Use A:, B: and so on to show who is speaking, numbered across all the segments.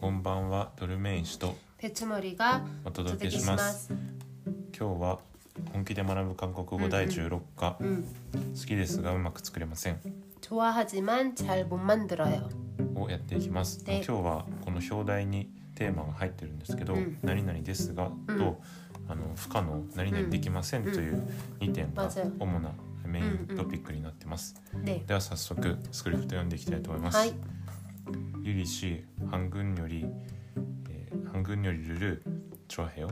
A: はドルメイン氏と
B: 別森が
A: お
B: お
A: 届
B: 届
A: け
B: け
A: し
B: し
A: ま
B: ますす。
A: 今日は本気で学ぶ韓国語第16課、
B: うん、
A: 好きですがうまく作れません
B: 좋아하지만 잘 못 만들어요.
A: をやっていきます今
B: で
A: 日はこの表題にテーマが入ってるんですけど、
B: うん
A: 何々ですが
B: うん
A: とあの不可能何々できませんという2点が
B: まず
A: 主なメイントピックになってます
B: 네.
A: では早速スクリプト読んでいきたいと思います、
B: 하이.
A: 유리 씨 한국 요리 예, 한국 요리를 좋아해요?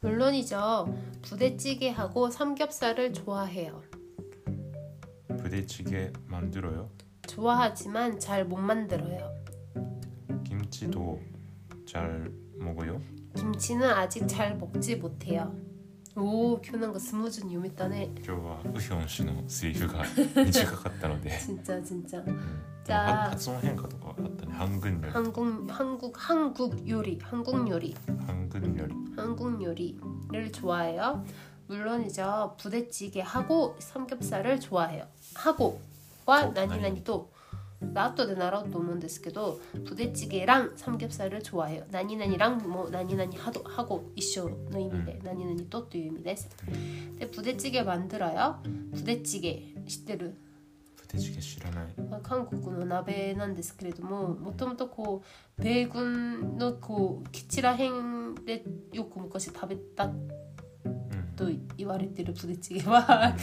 B: 물론이죠. 부대찌개하고 삼겹살을 좋아해요.
A: 부대찌개 만들어요?
B: 좋아하지만 잘 못 만들어요.
A: 김치도 잘 먹어요?
B: 김치는 아직 잘 먹지 못해요. 오, 큐난가 스무준 유미따네.
A: 今日はウヒョン氏のセリフ が短かったので
B: 진짜 진짜.
A: うん
B: じゃあ
A: は発音変化とかあったね半軍料
B: 한국 한국 한국 요리, 한국 요리,
A: 理半軍料理
B: 한국 요리를 좋아해요. 물론이죠. 부대찌개하고 삼겹살을 좋아해요. 하고와
A: 어,
B: 나니나니도 나도 내 나라도 오는데스게도 부대찌개랑 삼겹살을 좋아해요. 나니나니랑 뭐 나니나니 하도 하고 이쇼의 의미인데 나니나니 또또 의미인데. 근데 부대찌개 만들어요. 부대찌개 시대를
A: プテチゲ知らない
B: まあ韓国の鍋なんですけれどももともとこう米軍のこう基地らへんでよく昔食べた
A: うん
B: と言われてるプデチゲはなん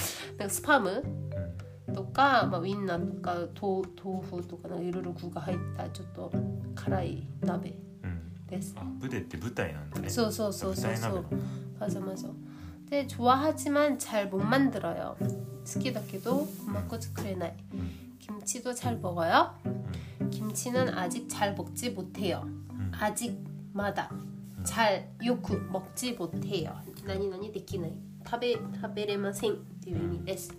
B: かスパム
A: うん
B: とか、まあ、ウインナーとか豆豆腐とかなんかいろいろ具が入ったちょっと辛い鍋
A: うん
B: です。
A: あブデって舞台なんだね
B: そうそうそう
A: 舞
B: そう
A: 台
B: そ
A: 鍋
B: う
A: の。
B: 맞아맞아근데좋아하지만잘 못 만들어요. 스키다케도마코츠크레나이 김치도 잘 먹어요. 김치는 아직 잘 먹지 못해요. 아직마다 잘 요크 먹지 못해요. 나니 나니 데키나이 타베 타베레마생 의미です.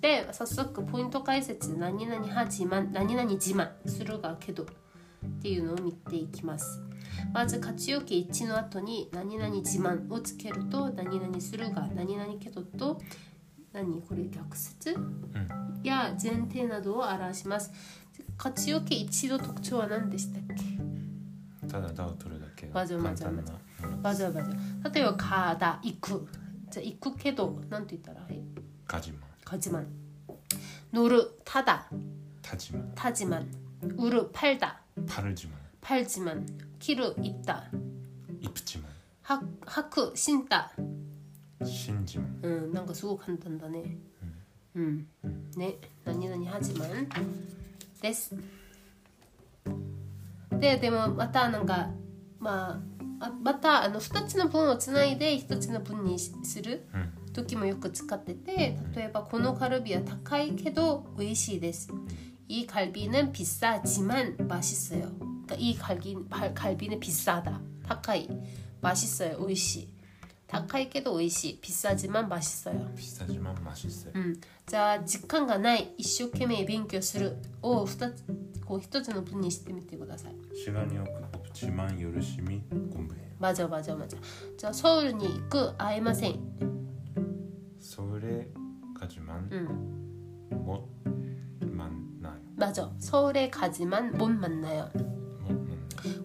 B: 네, 早速 포인트 解説 나니 나니 하지만 나니 나니지만 수루가 계도 っていうのを見ていきますまず活用形1の後に「何々自慢」をつけると「何々するが」「何々けど」と何これ逆説や前提などを表します活用形1の特徴は何でしたっけ
A: うんただダを取るだけ
B: ま
A: 簡
B: ず
A: 単
B: ま
A: な
B: ず
A: もの
B: わざわざ例えば「かだ行く」じゃあ行くけどなんて言ったらはい
A: ガジマ
B: 가지만乗るただ
A: タジマ
B: たじまん売る팔다
A: パルジマ
B: 팔지만切る行った
A: イプチマ
B: は吐く死んだ
A: シンジマ
B: うんなんかすごく簡単だねうん、ね何々はじまんですででもまたなんかまああまたあの2つの文をつないで1つの文にする
A: うん
B: 時もよく使ってて例えばこのカルビは高いけど美味しいです이갈비는비싸지만맛있어요그러니까이갈비갈비는비싸다타카이맛있어요오이시타카이께도오이시비싸지만맛있어요
A: ピスタジマンマシセ
B: 음, 자, 직한 가나이 이슈케메 뱅교스를 오, 후다, 고 히토즈노 분이 시테미테 고다사이.
A: シガニオクオプチマンヨルシミゴンブヘ
B: 맞아, 맞아, 맞아. 자, 서울니 이끄 아이마생.
A: それガジマン
B: 음,
A: もまんない
B: 맞아. 서울에 가지만 못 만나요.
A: もなんない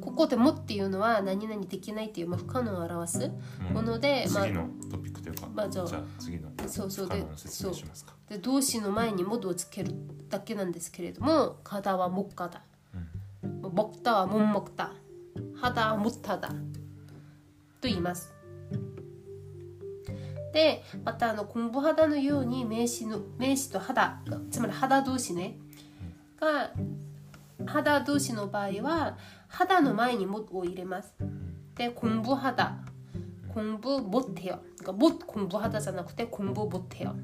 B: 코코데 못っていうのは 나니나니 できないっていう不可能を表すもので、まあ
A: 次のトピックというか、
B: まあじゃあ
A: じゃあ次の
B: そうそう
A: 不可
B: で
A: 能の説明しますか
B: で動詞の前に「も」をつけるだけなんですけれども「かだ」は「もっかだ」「もった」は「もんもった」「はだ」は「もっただ」と言いますでまたあの「こんぶはだ」のように名詞の名詞と「はだ」つまり「はだ」同士ねが「はだ」同士の場合は「はだ」の前に「も」を入れますで「こんぶはだ」「こんぶもってよ」「も」「こんぶはだ」じゃなくて「こんぶもってよ」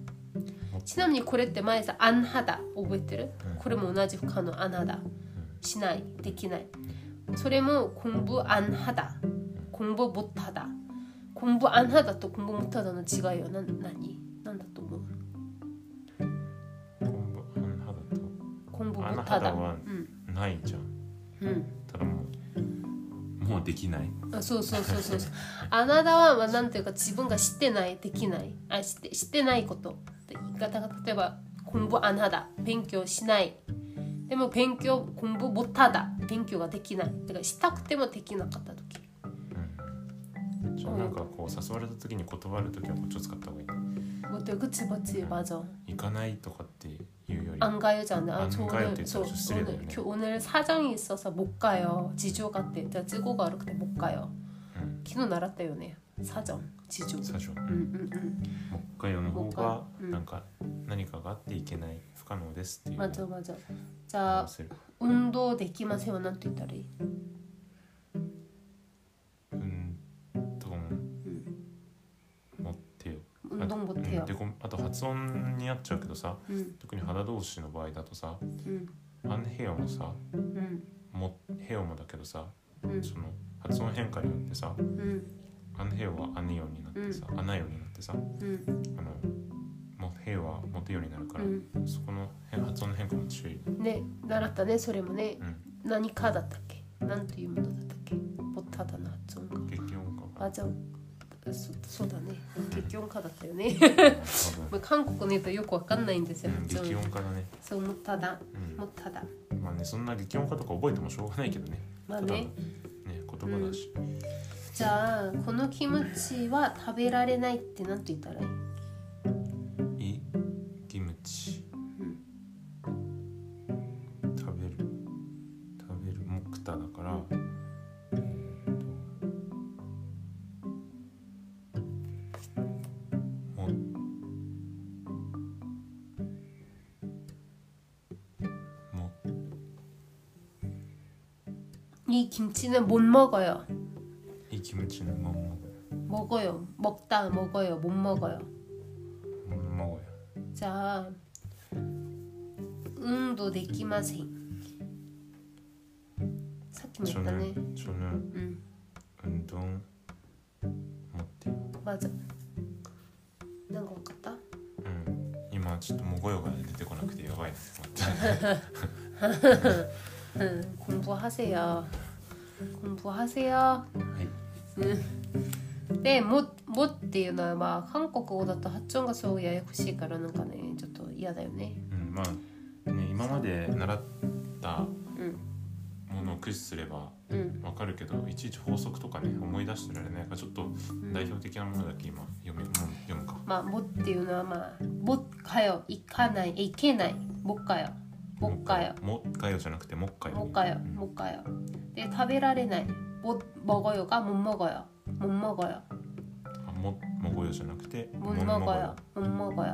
B: ちなみにこれって前さ「アンハダ」覚えてる、これも同じ不可能「アンハダ」しないできないそれも「コンブアンハダ」「コンブボッタダ」「コンブアンハダ」と「コンブモッタダ」の違いはな何何だと思う
A: コンブアンハダ
B: コンブボッタダ
A: アンハダは
B: うん
A: とないじゃん
B: うん
A: ただもうもうできない
B: あそうそうそうそうそうアナダはまあなんていうか自分が知ってないできないあ知って知ってないことで言い方が例えば「コンブアンハダ」勉強しないでも勉強공부못하다勉強ができないだからしたくてもできなかった時
A: うんじゃあなんかこう誘われた時に断る時はこっちを使った方がいい
B: 뭐 또, 그치 맞지 맞아
A: 行かないとかっていうより
B: 안 가요잖아 아,
A: 안
B: 저
A: 가요
B: 오늘
A: 됐다.
B: 저
A: 저 쓰레기
B: 오늘
A: 됐네.
B: 교- 오늘 사정이 있어서 못 가요 지조 같대 자 찍고 가러 근데 못 가요
A: うん、
B: 기노 날았대요 네 사정 지조
A: 最初、うん
B: 응응응
A: もう一回読む方が
B: もう一回うん
A: なんか何かがあっていけない不可能ですっていうのを
B: 맞아 맞아
A: 合わ
B: 자
A: せる
B: 운도 데키만 세워난 또 있다리
A: 運動持ってよ
B: 운동 못해요
A: でこあと発音になっちゃうけどさ
B: 응응응
A: 特に肌同士の場合だとさアンヘヨもさ
B: 응,
A: もヘヨもだけどさ
B: 응,
A: その発音変化によってさ
B: 응,
A: アンヘヨはアネヨになってさ、アナヨになってさ
B: 응,
A: あのモヘヨはモテヨになるから、
B: 응.
A: そこの変発音の変化も注意、
B: ね習ったねそれもね
A: うん、
B: 何かだったっけなんというものだったっけボッタだな発音が
A: 激音化が
B: あじゃあそそうだね激音化だったよね
A: 多
B: まあ韓国の言うとよくわかんないんですよ
A: 分、うん、
B: 発音
A: 激音化だね、
B: そうもっただ
A: うん
B: もっただ
A: まあねそんな激音化とか覚えてもしょうがないけどね。
B: まあ
A: ただ
B: ね
A: ね言葉だし、
B: じゃあこのキムチは食べられないってなんと言ったらいい、
A: いキムチ
B: うん、
A: 食べる食べるモクタだから、えーともも
B: 이 김치는 못 먹어요
A: いキムチのまんま
B: 먹어요 먹다 먹어요 못 먹어요
A: まんまごや
B: 자 응도 내끼마생 사키
A: ちょ
B: 맞다네 음,
A: ぬちょぬ
B: 응
A: うんどん持ってよ
B: 맞아 난거 같다
A: うん今ちょっともごよが出てこなくてやばいなと思って
B: 응 공부하세요 공부하세요 네,
A: はい
B: でも「も」っていうのはまあ韓国語だと発音がすごいややこしいからなんかねちょっと嫌だよね
A: うん、まあ、ね、今まで習った
B: うん
A: ものを駆使すれば
B: うん
A: わかるけどいちいち法則とかね思い出してられないからちょっと
B: うん
A: 代表的なものだけ今読む読むか
B: まあ「も」っていうのはまあ「もっかよ」「行かない」「行けない」「もっかよ」「もっかよ」
A: もっかよじゃなくてもっか
B: 「
A: よ
B: もっかよ」
A: う
B: 「
A: ん
B: もっかよ」で「食べられない」「も먹어요」が「も먹어요」「も먹어요」
A: あももごよじゃなくて
B: 「も먹어요」「も먹어요」
A: もんもごよ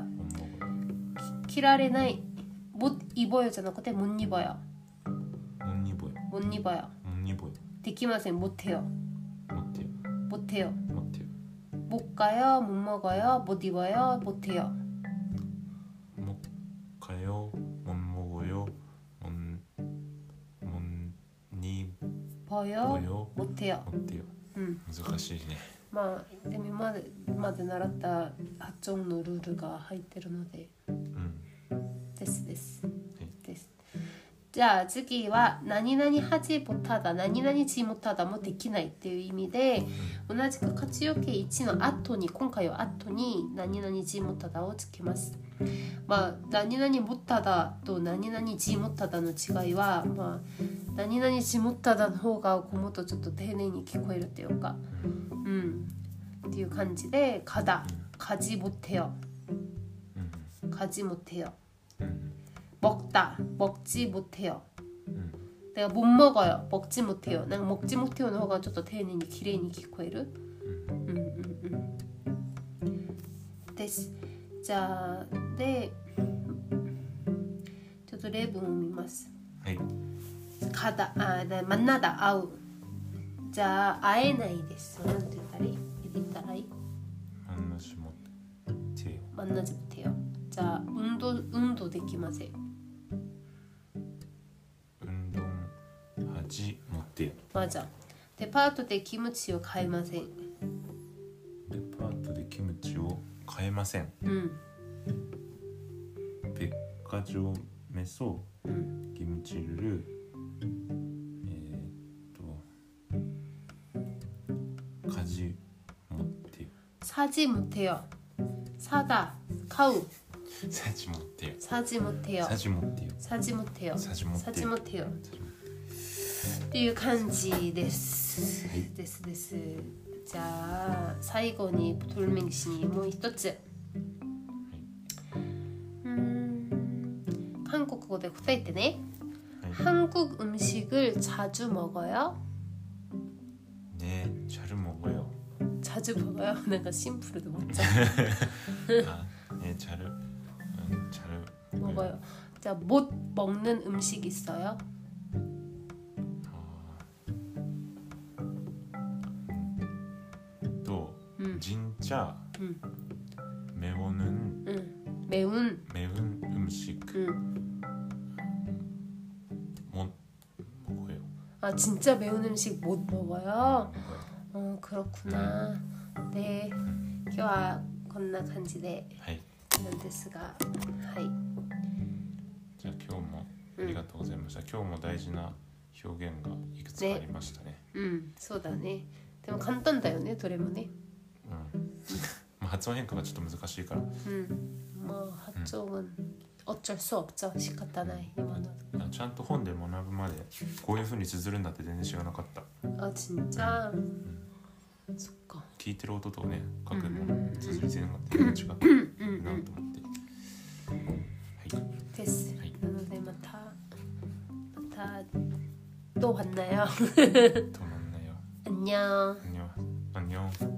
B: 「着られない」「も입어요」じゃなくて「も입어요」
A: もんにぼよ
B: 「も입어요
A: もんにぼよ」
B: できません「못해요」
A: 持ってよ
B: 「못해요」
A: 持ってよ
B: 못 가요, 못 먹어요, 못 입어요, 못 해요.
A: もっかよもんもごよもんもんに
B: 봐요,
A: ぼよ
B: 못 해요.
A: 持ってよ
B: 음,
A: 難しいね
B: 막 이마 마드 나랐다 합종 노루루가 하이테르노데
A: うん
B: ですです
A: はい
B: ですじゃあ次は「何々恥못하다」「何々ち못하다」もできないっていう意味で同じく活用形1の後に今回は後に「何々ち못하다」をつけます。まあ「何々못하다」と「何々ち못하다」の違いは、まあ「何々ち못하다」の方がこうもっとちょっと丁寧に聞こえるというかうんっていう感じで「가다」「가지못해요」
A: うん
B: 「가지못해요」
A: うん
B: 먹다 먹지 못해요.
A: 음,
B: 내가 못 먹어요. 먹지 못해요. 난 먹지 못해요는 허가 좀더 대인이 기레인이 기코에르.
A: 음,
B: 음음음. 음. 됐어. 자, 네. 저도 레브미마스.
A: 아이,
B: 가다 아, 네, 만나다 아우. 자, 아에나이 됐어. 난두 다리. 이리 따라이.
A: 만나지 못해요.
B: 만나지 못해요. 자, 운도 운도 되기마세요.
A: 운동하지 못해요.
B: 맞아. 데파트 때 김치요 가이마생.
A: 데파트의 김치를 買えません.
B: 음.
A: 백화점에서
B: 음.
A: 김치를 에, 또 가지 못해요.
B: 사지 못해요. 사다, 카우,
A: 사지 못해요.
B: 사지 못해요.
A: 사지 못해요.
B: 사지 못해요.
A: 사지 못해요.
B: 사지 못해요.
A: 사지 못-
B: っていう感じです。
A: はい。
B: ですです。じゃあ最後にトルメンシにもう一つ。うーん韓国語で答えてね。
A: 아니,
B: 한국 음식을 자주 먹어요?
A: 네, 잘 먹어요.
B: 자주 먹어요? 뭔가 심플해도 먹자.
A: 아, 네, 잘, 음, 잘
B: 먹어요. 자, 못 먹는 음식 있어요?
A: 어, 음, 또
B: 음.
A: 진짜
B: 음.
A: 매운은
B: 응. 매운.
A: 매운 음식
B: 응.
A: 못 먹어요.
B: 아, 진짜 매운 음식 못 먹어요?
A: 못 먹어요.
B: 어, 그렇구나. 네. 今日はこんな感じで
A: 하이.
B: なんですが、はい。
A: 자, 今日も
B: 음.
A: ありがとうございました.今日も大事な表現がいくつ
B: 네.
A: ありましたね.
B: うん、そうだね。でも簡単だよね、どれもね。
A: 음. 뭐 하츠원 행크가 좀 무섭시니까.
B: うん。まあ、発音は、おっちょるそう、じゃ仕方ない。今の。
A: ちゃんと 혼데 学ぶまでこういう風に綴るんだって全然知らなかった.
B: あ、ちんちゃん。そっか。
A: 聞いてる音とね
B: 음.
A: 음. 書くもの綴り全然違ってるなと思って。はい。
B: です。
A: はい
B: なので、また、ま た、どうはんなよ。
A: 또 만나요.
B: あんにゃーん。
A: 안녕. 안녕.